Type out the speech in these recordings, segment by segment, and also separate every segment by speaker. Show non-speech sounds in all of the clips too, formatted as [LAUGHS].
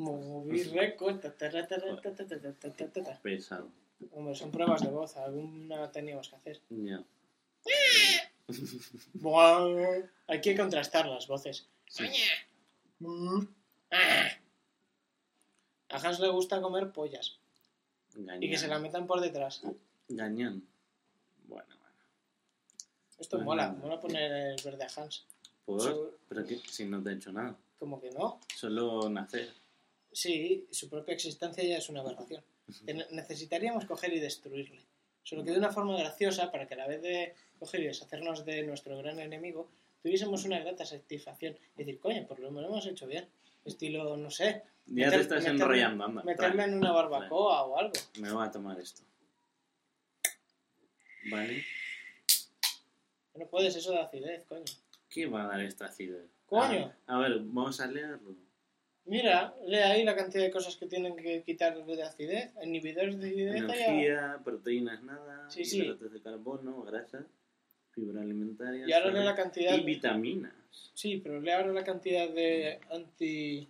Speaker 1: Movie record. ta, ta, ra, ta, ra, ta, ta, ta, ta, ta, ta, ta, ta.
Speaker 2: Pesado.
Speaker 1: Hombre, son pruebas de voz. Alguna teníamos que hacer.
Speaker 2: Ya.
Speaker 1: Buah, Hay que contrastar las voces. A Hans le gusta comer pollas.
Speaker 2: Gañán.
Speaker 1: Y que se la metan por detrás.
Speaker 2: Gañán. Bueno, bueno.
Speaker 1: Esto
Speaker 2: Bueno.
Speaker 1: mola. Mola poner el verde a Hans.
Speaker 2: Pues,
Speaker 1: Seguro.
Speaker 2: pero que si no te he hecho nada.
Speaker 1: Como que no.
Speaker 2: Solo nacer.
Speaker 1: Sí, su propia existencia ya es una aberración. Ne- Necesitaríamos coger y destruirle. Solo que de una forma graciosa, para que a la vez de coger y deshacernos de nuestro gran enemigo, tuviésemos una grata satisfacción. Y decir, coño, por lo menos lo hemos hecho bien. Estilo, no sé,
Speaker 2: Ya
Speaker 1: Meter-
Speaker 2: te estás
Speaker 1: meterme-
Speaker 2: enrollando, anda.
Speaker 1: meterme
Speaker 2: trae.
Speaker 1: en una barbacoa o algo.
Speaker 2: Trae. Me voy a tomar esto. ¿Vale?
Speaker 1: No puedes eso de acidez, coño.
Speaker 2: ¿Qué va a dar esta acidez?
Speaker 1: Coño.
Speaker 2: A, a ver, vamos a leerlo.
Speaker 1: Mira, lee ahí la cantidad de cosas que tienen que quitar de acidez. Inhibidores de acidez. hay a-
Speaker 2: Energía, proteínas, nada,
Speaker 1: Sí, sí.
Speaker 2: hidratos de carbono, grasa, fibra alimentaria.
Speaker 1: Y ahora lee
Speaker 2: sal
Speaker 1: la cantidad.
Speaker 2: Y vitaminas.
Speaker 1: Sí, pero lee ahora la cantidad de anti.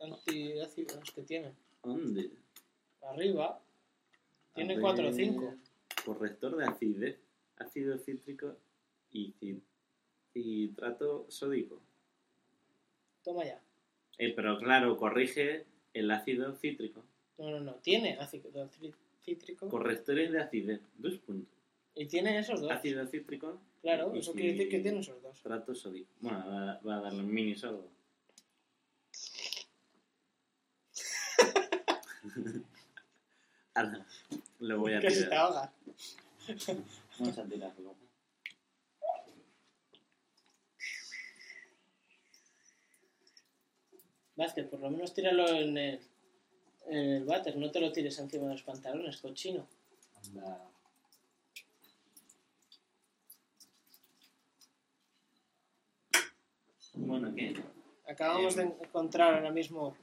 Speaker 1: antiácidos que tiene.
Speaker 2: ¿Dónde?
Speaker 1: Arriba
Speaker 2: A
Speaker 1: tiene
Speaker 2: ver,
Speaker 1: 4 o 5.
Speaker 2: Corrector de acidez, ácido cítrico y ci- citrato sódico.
Speaker 1: Toma ya.
Speaker 2: Eh, pero claro, corrige el ácido cítrico.
Speaker 1: No, no, no. Tiene ácido cít- cítrico.
Speaker 2: Correctores de acidez, dos puntos.
Speaker 1: Y tiene esos dos.
Speaker 2: Ácido cítrico,
Speaker 1: Claro,
Speaker 2: y
Speaker 1: eso quiere decir que
Speaker 2: sí.
Speaker 1: tiene esos dos.
Speaker 2: trato sódico. Bueno, va a, va a darle un
Speaker 1: [LAUGHS]
Speaker 2: mini sorbo. [LAUGHS] Ahora, lo voy a
Speaker 1: Que se te
Speaker 2: tirar.
Speaker 1: ahoga.
Speaker 2: Vamos a tirarlo.
Speaker 1: Vázquez, por lo menos tíralo en el, en el váter. No te lo tires encima de los pantalones, cochino.
Speaker 2: Anda. Bueno, ¿qué?
Speaker 1: Acabamos de encontrar ahora mismo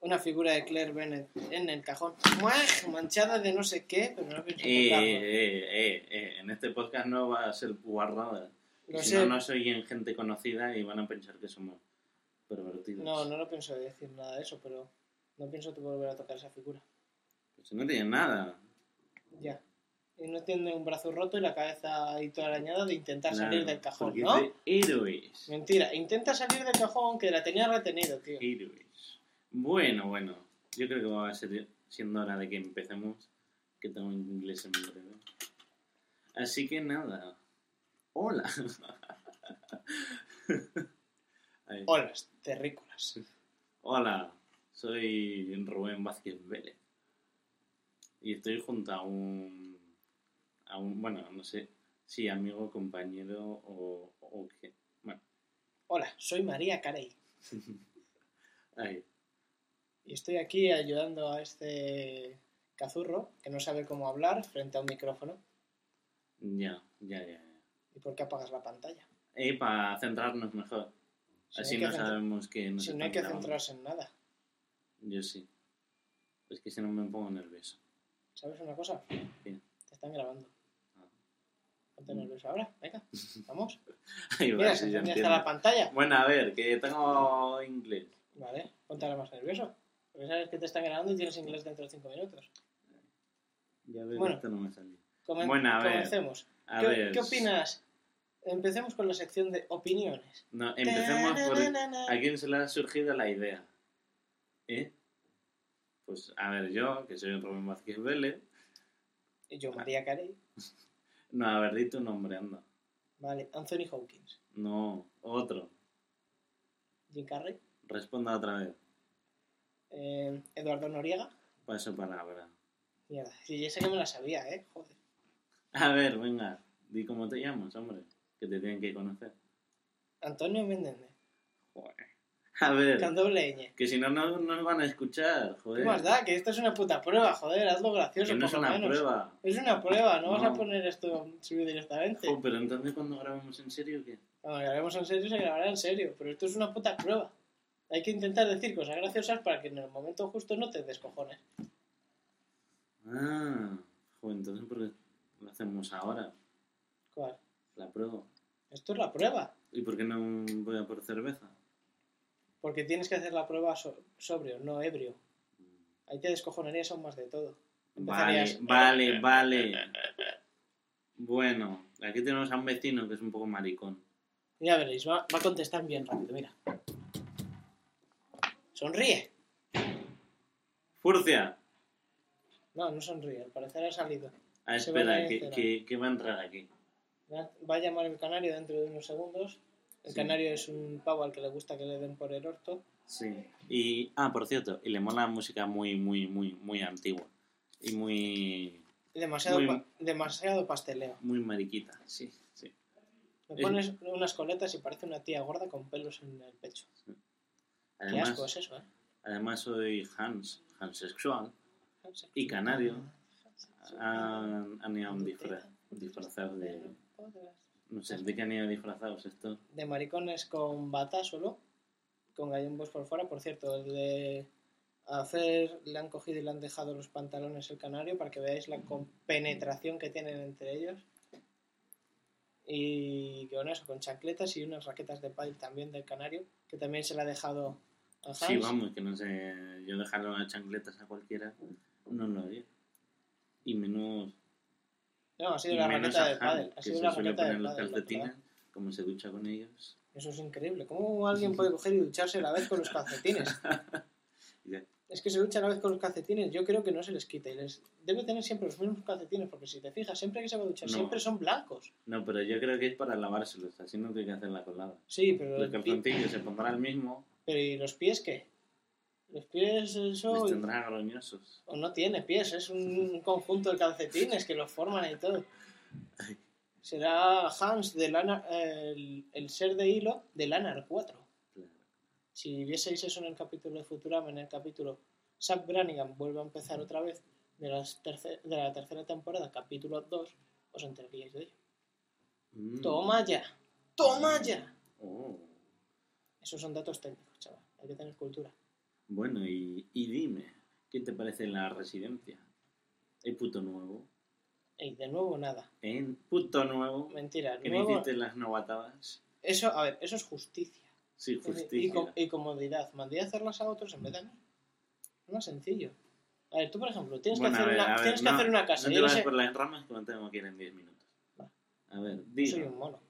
Speaker 1: una figura de Claire Bennett en el cajón. ¡Muaj! Manchada de no sé qué, pero no
Speaker 2: Eh,
Speaker 1: pienso tocarlo.
Speaker 2: eh, eh, eh, en este podcast no va a ser guardada.
Speaker 1: No
Speaker 2: si
Speaker 1: sé.
Speaker 2: no, no soy en gente conocida y van a pensar que somos pervertidos.
Speaker 1: No, no lo pienso decir nada de eso, pero no pienso volver a tocar esa figura.
Speaker 2: Pues no tiene nada.
Speaker 1: Ya. Y no tiene un brazo roto y la cabeza y toda arañada de intentar
Speaker 2: Claro,
Speaker 1: salir del cajón,
Speaker 2: porque
Speaker 1: ¿no?
Speaker 2: es de héroes.
Speaker 1: Mentira, intenta salir del cajón que la tenía retenido, tío.
Speaker 2: Héroes. Bueno, bueno. Yo creo que va a ser siendo hora de que empecemos. Que tengo inglés en breve. Así que nada. Hola. [LAUGHS] Ahí.
Speaker 1: Olas terrícolas.
Speaker 2: Hola, soy Rubén Vázquez Vélez. Y estoy junto a un, a un bueno, no sé si amigo, compañero o, o qué. Bueno,
Speaker 1: Hola, soy María Carey.
Speaker 2: ahí.
Speaker 1: Y estoy aquí ayudando a este cazurro que no sabe cómo hablar frente a un micrófono.
Speaker 2: Ya, ya, ya. ya.
Speaker 1: ¿Y por qué apagas la pantalla?
Speaker 2: Eh, para centrarnos mejor.
Speaker 1: Si
Speaker 2: Así
Speaker 1: hay que
Speaker 2: no
Speaker 1: centra-
Speaker 2: sabemos que nos
Speaker 1: si no hay que
Speaker 2: están grabando.
Speaker 1: centrarse en nada.
Speaker 2: Yo sí. Es que si no me pongo nervioso. [LAUGHS]
Speaker 1: ¿Sabes una cosa?
Speaker 2: Sí.
Speaker 1: Te están grabando.
Speaker 2: Ah.
Speaker 1: Ponte nervioso ahora,
Speaker 2: [LAUGHS]
Speaker 1: venga, vamos.
Speaker 2: Ahí va,
Speaker 1: Mira,
Speaker 2: sí,
Speaker 1: se enciende hasta
Speaker 2: ya entiendo.
Speaker 1: la pantalla.
Speaker 2: Bueno, a ver, que tengo inglés.
Speaker 1: Vale, ponte ahora más nervioso. Porque sabes que te están grabando y tienes inglés dentro de 5 minutos.
Speaker 2: Ya ves,
Speaker 1: Bueno.
Speaker 2: esto no me salió.
Speaker 1: Comen-
Speaker 2: Bueno, a ver.
Speaker 1: Comencemos.
Speaker 2: A
Speaker 1: ¿Qué,
Speaker 2: ver.
Speaker 1: qué opinas? Empecemos con la sección de opiniones.
Speaker 2: No, empecemos por...
Speaker 1: Ta-ra-ra-ra-ra.
Speaker 2: ¿A quién se le ha surgido la idea? ¿Eh? Pues a ver, yo, que soy Rubén Vázquez Vélez.
Speaker 1: Y Yo, María Carey.
Speaker 2: No, a ver, di tu nombre, anda.
Speaker 1: Vale, Anthony Hawkins.
Speaker 2: No, otro.
Speaker 1: Jim Carrey.
Speaker 2: Responda otra vez.
Speaker 1: Eh, Eduardo Noriega.
Speaker 2: Paso palabra.
Speaker 1: Mierda, sí, ya sé que me la sabía, ¿eh? Joder.
Speaker 2: A ver, venga, di cómo te llamas, hombre. Que te tienen que conocer.
Speaker 1: Antonio Mendende.
Speaker 2: Joder. A
Speaker 1: Con
Speaker 2: ver,
Speaker 1: doble ñ.
Speaker 2: que si no, no nos van a escuchar,
Speaker 1: ¿Qué
Speaker 2: joder.
Speaker 1: más Pues da? Que esto es una puta prueba, joder, hazlo gracioso.
Speaker 2: Que no es
Speaker 1: por lo
Speaker 2: una
Speaker 1: menos.
Speaker 2: prueba.
Speaker 1: Es una prueba, no, vas a
Speaker 2: No.
Speaker 1: poner esto subido directamente.
Speaker 2: Jo, pero entonces cuando grabemos en serio, ¿qué?
Speaker 1: Cuando grabemos en serio, se grabará en serio, pero esto es una puta prueba. Hay que intentar decir cosas graciosas para que en el momento justo no te descojones.
Speaker 2: Ah, jo, entonces ¿por qué lo hacemos ahora?
Speaker 1: ¿Cuál?
Speaker 2: La prueba.
Speaker 1: Esto es la prueba,
Speaker 2: ¿Y por qué no voy a por cerveza?
Speaker 1: porque tienes que hacer la prueba so- sobrio, no ebrio. Ahí te descojonarías aún más de todo.
Speaker 2: Vale,
Speaker 1: Empezarías-
Speaker 2: vale, vale. Bueno, aquí tenemos a un vecino que es un poco maricón.
Speaker 1: Ya veréis, va, va a contestar bien rápido, mira. Sonríe.
Speaker 2: ¡Furcia!
Speaker 1: No, no sonríe, al parecer ha salido.
Speaker 2: Ah,
Speaker 1: Se va a
Speaker 2: espera, que,
Speaker 1: reaccionar.
Speaker 2: que- que va a entrar aquí.
Speaker 1: Va va a llamar el canario dentro de unos segundos. El
Speaker 2: Sí.
Speaker 1: canario es un pavo al que le gusta que le den por el orto.
Speaker 2: Sí. Y, ah, por cierto, y le mola música muy, muy, muy, muy antigua. Y muy,
Speaker 1: Demasiado,
Speaker 2: Muy-
Speaker 1: pa- demasiado pasteleo.
Speaker 2: muy mariquita. Sí, sí.
Speaker 1: Le
Speaker 2: Eh.
Speaker 1: pones unas coletas y parece una tía gorda con pelos en el pecho. Qué asco es
Speaker 2: Además,
Speaker 1: eso, ¿eh?
Speaker 2: además soy Hans, Hansexual y Canario. Han, Ah, han ido a un disfraz, disfrazado de... No sé, ¿de qué han ido disfrazados estos?
Speaker 1: De maricones con bata solo, con gallumbos por fuera. Por cierto, el de hacer le han cogido y le han dejado los pantalones el canario para que veáis la compenetración que tienen entre ellos. Y que bueno, eso, con chancletas y unas raquetas de pádel también del canario, que también se la ha dejado a Hans.
Speaker 2: Sí, vamos, que no sé. Yo dejarle unas chancletas a cualquiera no lo haría. Y menos.
Speaker 1: No, ha sido
Speaker 2: y
Speaker 1: la
Speaker 2: menos
Speaker 1: raqueta
Speaker 2: a
Speaker 1: de
Speaker 2: Han,
Speaker 1: pádel. Ha
Speaker 2: que
Speaker 1: sido
Speaker 2: se
Speaker 1: la
Speaker 2: suele
Speaker 1: raqueta de
Speaker 2: poner los
Speaker 1: pádel, la
Speaker 2: calcetines,
Speaker 1: verdad.
Speaker 2: como se ducha con ellos.
Speaker 1: Eso es increíble. ¿Cómo alguien puede coger y ducharse a la vez con los
Speaker 2: [LAUGHS]
Speaker 1: calcetines?
Speaker 2: Y de-
Speaker 1: Es que se ducha una vez con los calcetines, yo creo que no se les quita. Y les debe tener siempre los mismos calcetines, porque si te fijas, siempre que se va a duchar,
Speaker 2: No.
Speaker 1: siempre son blancos.
Speaker 2: No, pero yo creo que es para lavárselos, así no tiene que hacer la colada.
Speaker 1: Sí, pero
Speaker 2: El
Speaker 1: los, pi-
Speaker 2: calzoncillo se pondrá el mismo,
Speaker 1: pero ¿y los pies qué? Los pies, eso.
Speaker 2: les tendrá groñosos.
Speaker 1: O no tiene pies, es
Speaker 2: [LAUGHS]
Speaker 1: un conjunto de calcetines que los forman y todo. Será Hans de lana, el, el ser de hilo de Lanar 4. Si vieseis eso en el capítulo de Futurama, en el capítulo Sam Brannigan vuelve a empezar otra vez de, las terce- de la tercera temporada, capítulo 2, os enteraríais de ello.
Speaker 2: Mm.
Speaker 1: ¡Toma ya! ¡Toma ya!
Speaker 2: Oh.
Speaker 1: Esos son datos técnicos, chaval. Hay que tener cultura.
Speaker 2: Bueno, y, y dime, ¿qué te parece la residencia? ¿El puto nuevo?
Speaker 1: Y de nuevo nada.
Speaker 2: ¿En puto nuevo?
Speaker 1: Mentira.
Speaker 2: ¿Que no
Speaker 1: nuevo-
Speaker 2: hiciste las novatadas?
Speaker 1: Eso, a ver, eso es justicia.
Speaker 2: Sí,
Speaker 1: Es decir,
Speaker 2: justicia.
Speaker 1: Y, com- y comodidad. Mandé a hacerlas a otros en vez de a mí. Es más sencillo. A ver, tú, por ejemplo, tienes
Speaker 2: Bueno,
Speaker 1: que, hacer,
Speaker 2: a ver,
Speaker 1: una,
Speaker 2: a ver,
Speaker 1: tienes que
Speaker 2: no,
Speaker 1: hacer una casa.
Speaker 2: No te
Speaker 1: yo no
Speaker 2: vayas
Speaker 1: sé-
Speaker 2: por las ramas que no tengo que ir en 10 minutos.
Speaker 1: Va.
Speaker 2: A ver,
Speaker 1: yo soy
Speaker 2: dilo.
Speaker 1: un mono.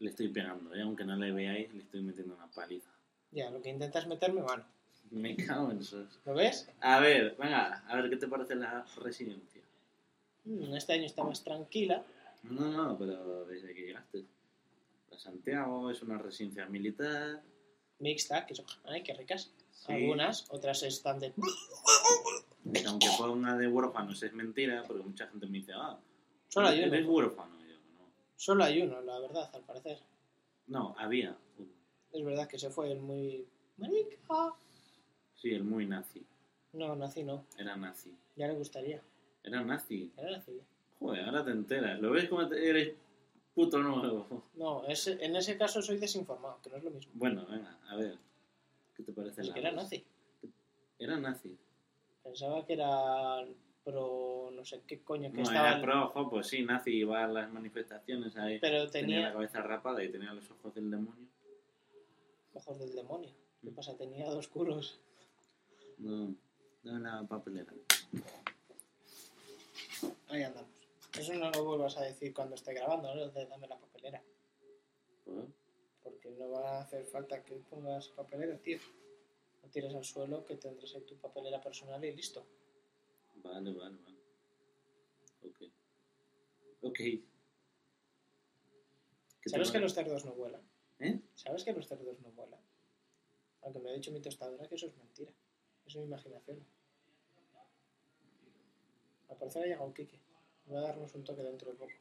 Speaker 2: Le estoy pegando, ¿eh? aunque no le veáis, le estoy metiendo una paliza.
Speaker 1: Ya, lo que intentas meterme, mano.
Speaker 2: Me cago en sus.
Speaker 1: ¿Lo ves?
Speaker 2: A ver, venga, a ver qué te parece la residencia.
Speaker 1: Mm, Este año está más tranquila.
Speaker 2: No, no, pero desde que llegaste. La Santiago es una residencia militar.
Speaker 1: Mixta, que son... ¡Ay, qué ricas!
Speaker 2: sí,
Speaker 1: Algunas, otras están de...
Speaker 2: que aunque ponga de huérfanos es mentira, porque mucha gente me dice, ah,
Speaker 1: Solo hay
Speaker 2: eres
Speaker 1: uno.
Speaker 2: huérfano. Y yo, no.
Speaker 1: Solo hay uno, la verdad, al parecer.
Speaker 2: no, había. uno.
Speaker 1: Es verdad que se fue el muy... ¡Marica!
Speaker 2: Sí, el muy nazi.
Speaker 1: No, nazi no.
Speaker 2: Era nazi.
Speaker 1: Ya le gustaría.
Speaker 2: Era nazi.
Speaker 1: Era nazi.
Speaker 2: Joder, ahora te enteras. ¿Lo ves como te- eres puto nuevo? [LAUGHS]
Speaker 1: No, es- en ese caso soy desinformado, que no es lo mismo.
Speaker 2: Bueno, venga, a ver. ¿Qué te parece
Speaker 1: Es
Speaker 2: la
Speaker 1: que era
Speaker 2: cosa?
Speaker 1: nazi.
Speaker 2: Era nazi.
Speaker 1: Pensaba que era pro... no sé qué coño que
Speaker 2: No,
Speaker 1: estaba...
Speaker 2: era pro, ojo, pues sí, nazi iba a las manifestaciones ahí.
Speaker 1: Pero
Speaker 2: tenía... la
Speaker 1: tenía
Speaker 2: cabeza rapada y tenía los ojos del demonio.
Speaker 1: ojos del demonio. ¿Qué
Speaker 2: Mm.
Speaker 1: pasa? Tenía dos culos.
Speaker 2: No, no la papelera.
Speaker 1: Ahí andamos. Eso no lo vuelvas a decir cuando esté grabando, ¿no? De dame la papelera.
Speaker 2: Pues,
Speaker 1: Porque no va a hacer falta que pongas papelera, tío. Lo tiras al suelo, que tendrás ahí tu papelera personal y listo.
Speaker 2: Vale, vale, vale. Ok. Ok. ¿Qué te
Speaker 1: ¿Sabes que
Speaker 2: pare-
Speaker 1: los cerdos no vuelan?
Speaker 2: ¿Eh?
Speaker 1: ¿Sabes que los cerdos no vuelan? Aunque me ha dicho mi tostadora que eso es mentira. Es mi imaginación. Al parecer ha llegado Kike. Va a darnos un toque dentro de poco.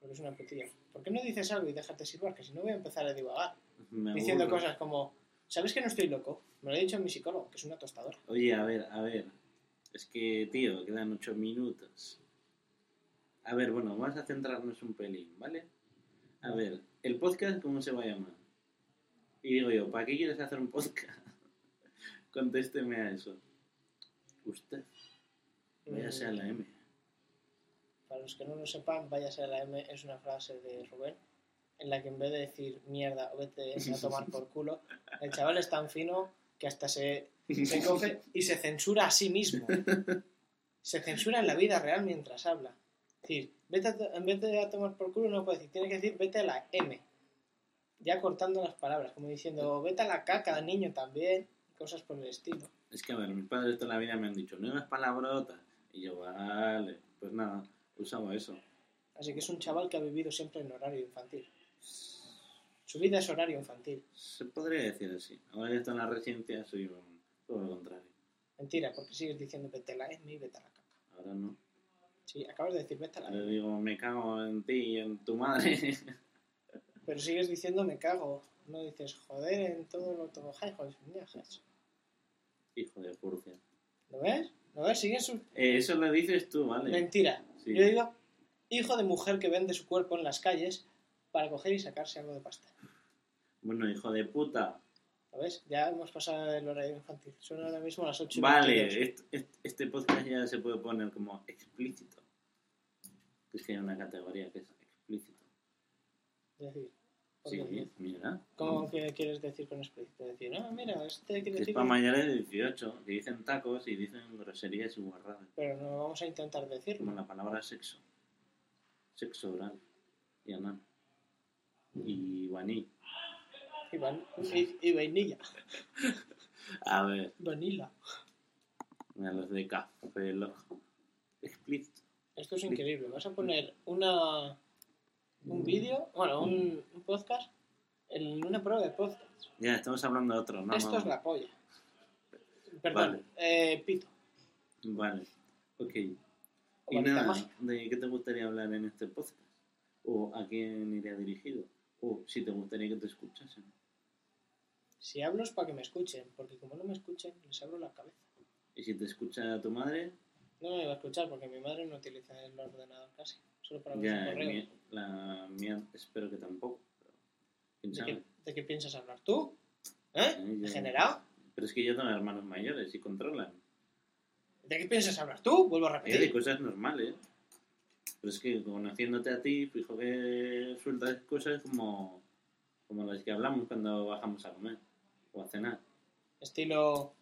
Speaker 1: porque es una putilla. ¿Por qué no dices algo y déjate silbar? Que si no voy a empezar a divagar
Speaker 2: Me
Speaker 1: diciendo
Speaker 2: aburro.
Speaker 1: cosas como, ¿sabes que no estoy loco? Me lo ha dicho mi psicólogo, que es una tostadora.
Speaker 2: Oye, a ver, a ver. Es que, tío, quedan ocho minutos. A ver, bueno, vamos a centrarnos un pelín, ¿vale? A ver, ¿el podcast cómo se va a llamar? Y digo yo, ¿para qué quieres hacer un podcast? [LAUGHS] Contésteme a eso. Usted, vaya
Speaker 1: Mm,
Speaker 2: sea
Speaker 1: [LAUGHS]
Speaker 2: la M. [LAUGHS]
Speaker 1: Para los que no lo sepan, váyase a la M es una frase de Rubén en la que en vez de decir mierda o vete a tomar por culo, el chaval es tan fino que hasta se, se coge y se censura a sí mismo. Se censura en la vida real mientras habla. Es decir, vete a, to- en vez de a tomar por culo no puede decir, tiene que decir vete a la M. Ya cortando las palabras, como diciendo vete a la caca, niño también, cosas por el estilo.
Speaker 2: Es que, a ver, mis padres toda la vida me han dicho nuevas palabrotas. Y yo, vale, pues nada, usaba eso.
Speaker 1: Así que es un chaval que ha vivido siempre en horario infantil. Su vida es horario infantil.
Speaker 2: Se podría decir así. Ahora que estoy en la residencia, soy un- todo lo contrario.
Speaker 1: Mentira, porque sigues diciendo vete a la M y vete a la caca.
Speaker 2: Ahora no.
Speaker 1: Sí, acabas de decir vete a la
Speaker 2: Le
Speaker 1: M,
Speaker 2: digo, me cago en ti y en tu madre. [LAUGHS]
Speaker 1: pero sigues diciendo me cago. No dices joder en todo lo todo hijos, niñajas.
Speaker 2: Hijo de Furcia.
Speaker 1: ¿Lo ves? ¿Lo ves? Sigues su...
Speaker 2: Eh, eso lo dices tú, ¿vale?
Speaker 1: Mentira.
Speaker 2: Sí.
Speaker 1: Yo digo hijo de mujer que vende su cuerpo en las calles para coger y sacarse algo de pasta.
Speaker 2: Bueno, hijo de puta.
Speaker 1: ¿Lo ves? Ya hemos pasado el horario infantil. Son ahora mismo las 8
Speaker 2: Vale, est- est- este podcast ya se puede poner como explícito. Es que hay una categoría que es explícito.
Speaker 1: Decir,
Speaker 2: Sí,
Speaker 1: porque-
Speaker 2: mira.
Speaker 1: ¿Cómo que quieres decir con explícito? Decir, no, mira, este quiere
Speaker 2: Que es
Speaker 1: decir...
Speaker 2: para mayores de 18, que dicen tacos y dicen groserías y guarradas.
Speaker 1: Pero no vamos a intentar decirlo.
Speaker 2: Como la palabra sexo. Sexo oral. Y anal. Y vaní.
Speaker 1: Y, van- y- y vainilla.
Speaker 2: A ver.
Speaker 1: Vanilla.
Speaker 2: Mira, los de café, loco. Explícito.
Speaker 1: Esto es increíble. Vas a poner una un vídeo, bueno, un, un podcast en una prueba de podcast.
Speaker 2: Ya, estamos hablando de otro, ¿no?
Speaker 1: Esto
Speaker 2: no.
Speaker 1: es la polla. Perdón, eh, pito.
Speaker 2: Vale. Ok.
Speaker 1: O
Speaker 2: Y
Speaker 1: varita
Speaker 2: nada,
Speaker 1: mágica.
Speaker 2: ¿de qué te gustaría hablar en este podcast? ¿O a quién iría dirigido? ¿O si te gustaría que te escuchasen?
Speaker 1: Si hablo es para que me escuchen, porque como no me escuchen, les abro la cabeza.
Speaker 2: ¿Y si te escucha tu madre?
Speaker 1: No me va a escuchar porque mi madre no utiliza el ordenador casi, solo para ver su
Speaker 2: Ya,
Speaker 1: correo.
Speaker 2: mía- la mía espero que tampoco. pero ¿Quién
Speaker 1: ¿De
Speaker 2: sabe?
Speaker 1: qué, de qué piensas hablar tú? ¿Eh?
Speaker 2: Sí, ya-
Speaker 1: ¿Degenerado?
Speaker 2: Pero es que yo tengo hermanos mayores y controlan.
Speaker 1: ¿De qué piensas hablar tú? Vuelvo a
Speaker 2: Eh, de
Speaker 1: repetir.
Speaker 2: cosas normales. Pero es que conociéndote a ti, fijo que sueltas cosas como, como las que hablamos cuando bajamos a comer o a cenar.
Speaker 1: Estilo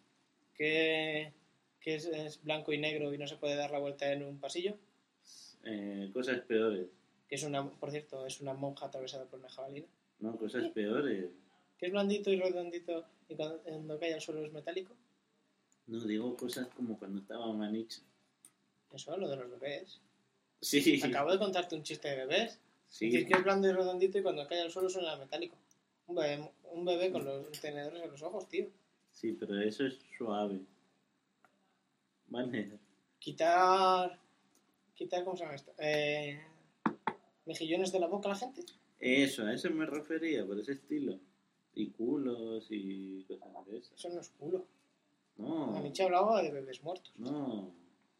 Speaker 1: que, que es- es blanco y negro y no se puede dar la vuelta en un pasillo.
Speaker 2: Eh, cosas peores,
Speaker 1: que es una, por cierto, es una monja atravesada por una jabalina,
Speaker 2: ¿no? Cosas peores.
Speaker 1: que es blandito y redondito y cuando, cuando cae al suelo es metálico.
Speaker 2: No digo cosas como cuando estaba manicha.
Speaker 1: Eso, lo de los bebés.
Speaker 2: Sí,
Speaker 1: Acabo de contarte un chiste de bebés.
Speaker 2: sí.
Speaker 1: Dices que es blando y redondito y cuando cae al suelo suena metálico. Un bebé, un bebé con los tenedores en los ojos, tío.
Speaker 2: sí, pero eso es suave. Vale,
Speaker 1: Quitar. Quitar, ¿cómo se llama esto? Eh, mejillones de la boca a la gente.
Speaker 2: eso, a eso me refería, por ese estilo. Y culos y cosas de esas.
Speaker 1: Eso no es culo.
Speaker 2: No,
Speaker 1: Maniche hablaba de bebés muertos
Speaker 2: no.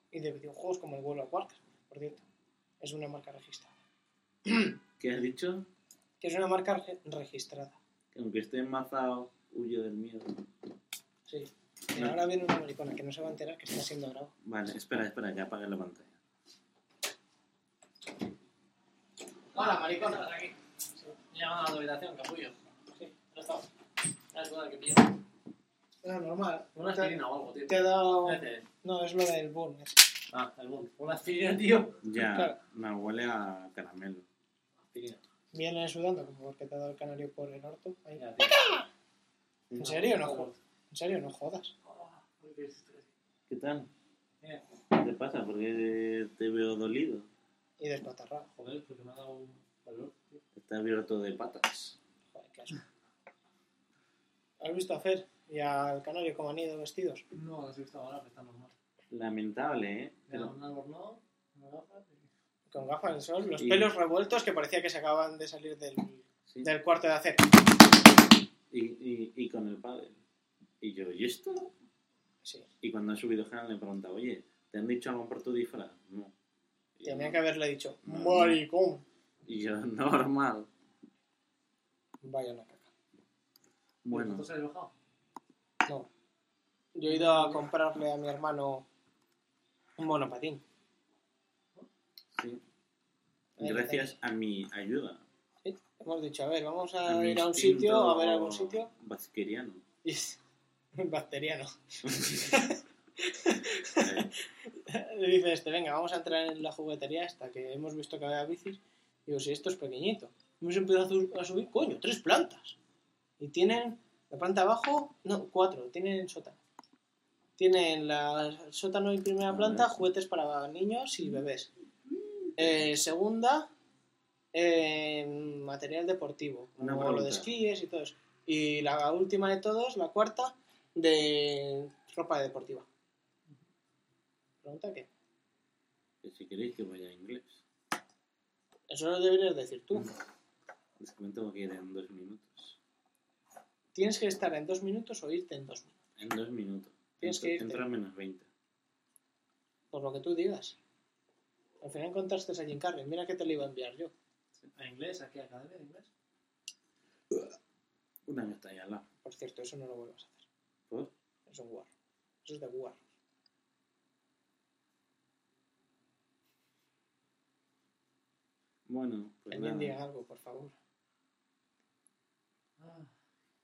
Speaker 1: y de videojuegos como el World of Warcraft, por cierto. Es una marca registrada.
Speaker 2: ¿Qué has dicho?
Speaker 1: Que es una marca reg- registrada.
Speaker 2: que aunque esté enmazado, huyo del miedo.
Speaker 1: Sí. Pero ahora viene una maricona que no se va a enterar que está siendo grabado.
Speaker 2: Vale, espera, espera, que apague la pantalla.
Speaker 1: Hola, maricona, aquí. Me llaman a la habitación, capullo. Sí, no estaba.
Speaker 3: Ah, es una que pilla.
Speaker 1: Era normal.
Speaker 3: Una aspirina o algo, tío.
Speaker 1: Te he dado...
Speaker 3: Espérate.
Speaker 1: No, es lo del boom.
Speaker 3: Ah, algún. Una aspirina, tío.
Speaker 2: Ya,
Speaker 1: Claro.
Speaker 2: me huele a caramelo.
Speaker 3: Aspirina.
Speaker 1: Viene sudando como porque te ha dado el canario por el orto. Ahí.
Speaker 3: Venga, tío.
Speaker 1: ¿En serio no jodas? ¿En serio no jodas?
Speaker 3: Ah, muy bien, esto es.
Speaker 2: ¿Qué tal?
Speaker 3: Mira,
Speaker 2: ¿Qué te pasa? Porque te veo dolido.
Speaker 1: Y despatarrado.
Speaker 3: Joder, porque me ha dado un valor, tío.
Speaker 2: Está abierto de patas.
Speaker 1: Joder, qué asco. ¿Has visto a Fer y al canario como han ido vestidos?
Speaker 3: No, no sé si está ahora, pero está normal.
Speaker 2: Lamentable, ¿eh?
Speaker 3: Me ha dado
Speaker 2: Pero
Speaker 3: un albornoz, una gafa. y-
Speaker 1: con gafas de sol, los
Speaker 2: Y-
Speaker 1: pelos revueltos que parecía que se acababan de salir del,
Speaker 2: Sí.
Speaker 1: del cuarto de hacer.
Speaker 2: Y, y, y con el padre. Y yo, ¿y esto?
Speaker 1: Sí.
Speaker 2: Y cuando han subido Hannah le pregunta, oye, ¿te han dicho algo por tu disfraz? No. Y yo,
Speaker 1: Tenía que haberle dicho,
Speaker 2: No.
Speaker 1: maricón.
Speaker 2: y yo, [LAUGHS] normal.
Speaker 1: Vaya una caca.
Speaker 2: Bueno,
Speaker 3: ¿Cuánto se ha bajado?
Speaker 1: No. Yo he ido a comprarle a mi hermano un monopatín.
Speaker 2: sí.
Speaker 1: eh,
Speaker 2: Gracias a mi ayuda.
Speaker 1: ¿sí? Hemos dicho, a ver, vamos
Speaker 2: A
Speaker 1: a,
Speaker 2: mi
Speaker 1: ir a un
Speaker 2: instinto
Speaker 1: sitio, a ver algún sitio. [LAUGHS]
Speaker 2: Vasqueriano.
Speaker 1: Y es bacteriano.
Speaker 2: Eh,
Speaker 1: Le dice este, venga, vamos a entrar en la juguetería hasta que hemos visto que había bicis. Digo, si esto es pequeñito. Hemos empezado a su- a subir, coño, tres plantas. Y tienen la planta abajo, no, cuatro, tienen sótano. Tienen la sótano y primera
Speaker 2: Ah,
Speaker 1: planta,
Speaker 2: sí.
Speaker 1: juguetes para niños y bebés. Eh, segunda, eh, material deportivo,
Speaker 2: Una
Speaker 1: como lo de
Speaker 2: pregunta.
Speaker 1: esquíes y todo eso. Y la última de todos, la cuarta, de ropa deportiva. ¿Pregunta qué?
Speaker 2: que si queréis que vaya a inglés.
Speaker 1: Eso lo deberías decir tú.
Speaker 2: Les comento que ir en dos minutos.
Speaker 1: Tienes que estar en dos minutos o irte en dos minutos.
Speaker 2: En dos minutos.
Speaker 1: Tienes que irte.
Speaker 2: Entra menos 20.
Speaker 1: Por lo que tú digas. Al final encontraste a Jim Carrey. Mira que te lo iba a enviar yo.
Speaker 3: ¿A inglés? ¿Aquí a academia de inglés?
Speaker 2: Una que está ahí al lado.
Speaker 1: Por cierto, eso no lo vuelvas a hacer.
Speaker 2: ¿Por?
Speaker 1: Es un war. Eso es de war.
Speaker 2: Bueno,
Speaker 1: Que
Speaker 2: pues
Speaker 1: Alguien
Speaker 2: nada.
Speaker 1: diga algo, por favor.
Speaker 3: Ah,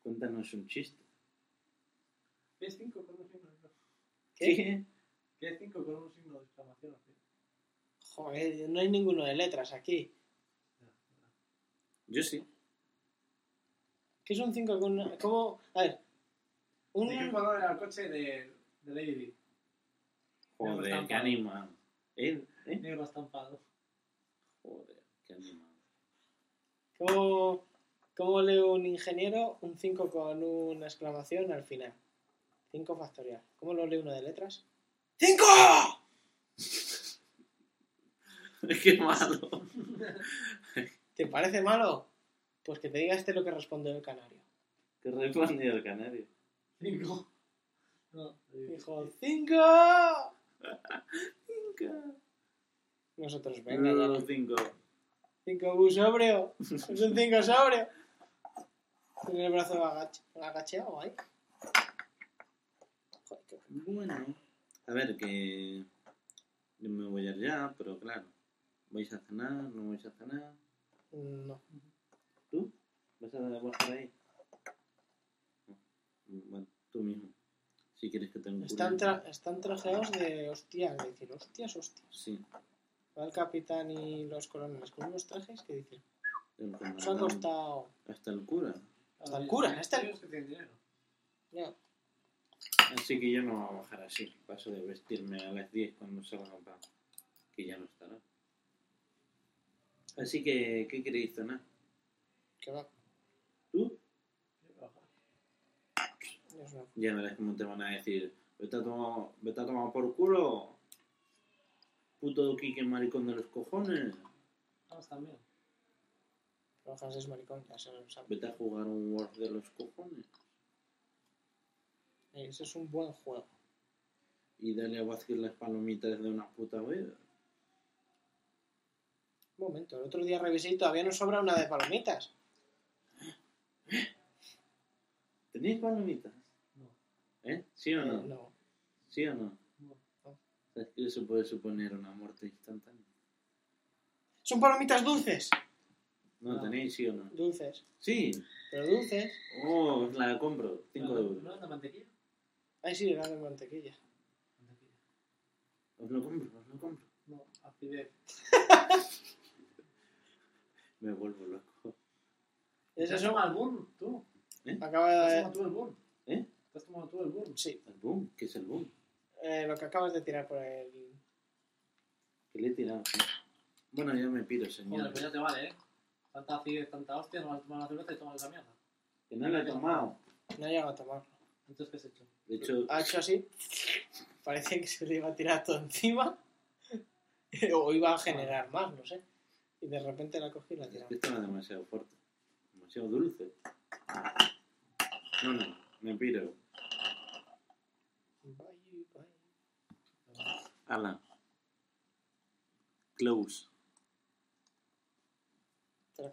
Speaker 2: Cuéntanos un chiste.
Speaker 3: ¿Ves cinco con un signo de exclamación?
Speaker 1: ¿Qué?
Speaker 3: ¿Qué cinco con un signo de exclamación? o qué?
Speaker 1: Joder, no hay ninguno de letras aquí.
Speaker 2: Yo sí.
Speaker 1: ¿Qué es un 5 con una... ¿Cómo? A ver. Un...
Speaker 3: ¿De qué color era el coche de, de Lady Di?
Speaker 2: Joder, qué
Speaker 3: estampado.
Speaker 2: animal. ¿Eh? ¿Eh?
Speaker 3: Negro estampado.
Speaker 2: Joder, qué animal. [LAUGHS]
Speaker 1: ¿Cómo, cómo lee un ingeniero un 5 con una exclamación al final? 5 factorial. ¿Cómo lo lee uno de letras? ¡5!
Speaker 2: qué malo.
Speaker 1: ¿Te parece malo? Pues que te diga este lo que respondió el canario.
Speaker 2: Qué respondió el canario.
Speaker 3: Cinco. No,
Speaker 1: Dijo, ¡5!
Speaker 2: Cinco.
Speaker 1: Nosotros, venga, ya.
Speaker 2: cinco.
Speaker 1: 5 bu sobrio. [LAUGHS] Es un 5 sobrio. Tiene el brazo agach- agachado ahí. Joder, qué bueno.
Speaker 2: Bueno. A ver, que... Yo me voy a ir ya, pero claro. ¿Vais a cenar? ¿No vais a cenar?
Speaker 1: No.
Speaker 2: ¿Tú? ¿Vas a vas por ahí? No. Bueno, tú mismo. Si quieres que te encuentre.
Speaker 1: Están, tra- están trajeados de hostias. de Decir, hostias, hostias.
Speaker 2: Sí.
Speaker 1: Va el capitán y los coroneles con unos trajes que dicen,
Speaker 2: el
Speaker 1: nos ha
Speaker 2: comandante.
Speaker 1: costado.
Speaker 2: Hasta el cura.
Speaker 1: Hasta el cura, hasta el-
Speaker 3: Ellos que tienen dinero.
Speaker 1: Ya,
Speaker 2: Así que yo no voy a bajar así. Paso de vestirme a las 10 cuando salga papá. Que ya no estará. Así que, ¿qué queréis cenar?
Speaker 1: que va.
Speaker 2: ¿Tú?
Speaker 1: Es una-
Speaker 2: Ya verás cómo te van a decir. Vete a tomar, vete a tomar por culo. Puto Quique maricón de los cojones.
Speaker 3: Vamos Ah, pues también.
Speaker 1: Pero Hans es maricón, ya se lo sabe.
Speaker 2: Vete a jugar un Word de los cojones.
Speaker 1: Ese es un buen juego.
Speaker 2: Y dale a Vázquez las palomitas de una puta vez.
Speaker 1: Un momento, el otro día revisé y todavía nos sobra una de palomitas.
Speaker 2: ¿Tenéis palomitas?
Speaker 3: No.
Speaker 2: ¿Eh? ¿Sí o no?
Speaker 1: No.
Speaker 2: ¿Sí o no?
Speaker 3: No.
Speaker 2: ¿Sabes que eso puede suponer una muerte instantánea?
Speaker 1: Son palomitas dulces.
Speaker 2: No,
Speaker 3: No.
Speaker 2: tenéis, sí o no.
Speaker 1: Dulces.
Speaker 2: Sí.
Speaker 1: Pero dulces.
Speaker 2: Oh, la compro. 5
Speaker 3: ¿No-
Speaker 2: euros.
Speaker 3: ¿No es la mantequilla?
Speaker 1: Ahí sí, era de mantequilla.
Speaker 3: Mantequilla. Ah,
Speaker 2: Os lo compro, os lo compro.
Speaker 3: No, acidez.
Speaker 2: Me vuelvo loco.
Speaker 3: ¿Te
Speaker 1: Esas
Speaker 3: has
Speaker 1: son...
Speaker 3: tomado el boom, tú? ¿Te
Speaker 1: Acaba
Speaker 3: has
Speaker 1: de...
Speaker 3: tomado tú el boom?
Speaker 2: ¿Eh?
Speaker 3: ¿Te has tomado tú el boom?
Speaker 1: Sí,
Speaker 2: ¿El boom? ¿Qué es el boom?
Speaker 1: eh, lo que acabas de tirar por el...
Speaker 2: Que le he tirado. sí. Bueno, ya me piro,
Speaker 3: Joder,
Speaker 2: señor.
Speaker 3: pues ya te vale, ¿eh? Tanta acidez, tanta hostia, no vas a tomar una cerveza y tomas esa mierda.
Speaker 2: Que no lo he tomado.
Speaker 1: No llega a tomarlo.
Speaker 3: Entonces, ¿qué has hecho?
Speaker 1: Ah,
Speaker 2: De hecho,
Speaker 1: Ha hecho así. Parece que se le iba a tirar todo encima. [LAUGHS] o iba a generar más, no sé. Y de repente la cogí y la
Speaker 2: Es
Speaker 1: tiramos.
Speaker 2: que estaba demasiado fuerte. Demasiado dulce. No, no, me piro.
Speaker 1: Bye, bye.
Speaker 2: Ala. Close.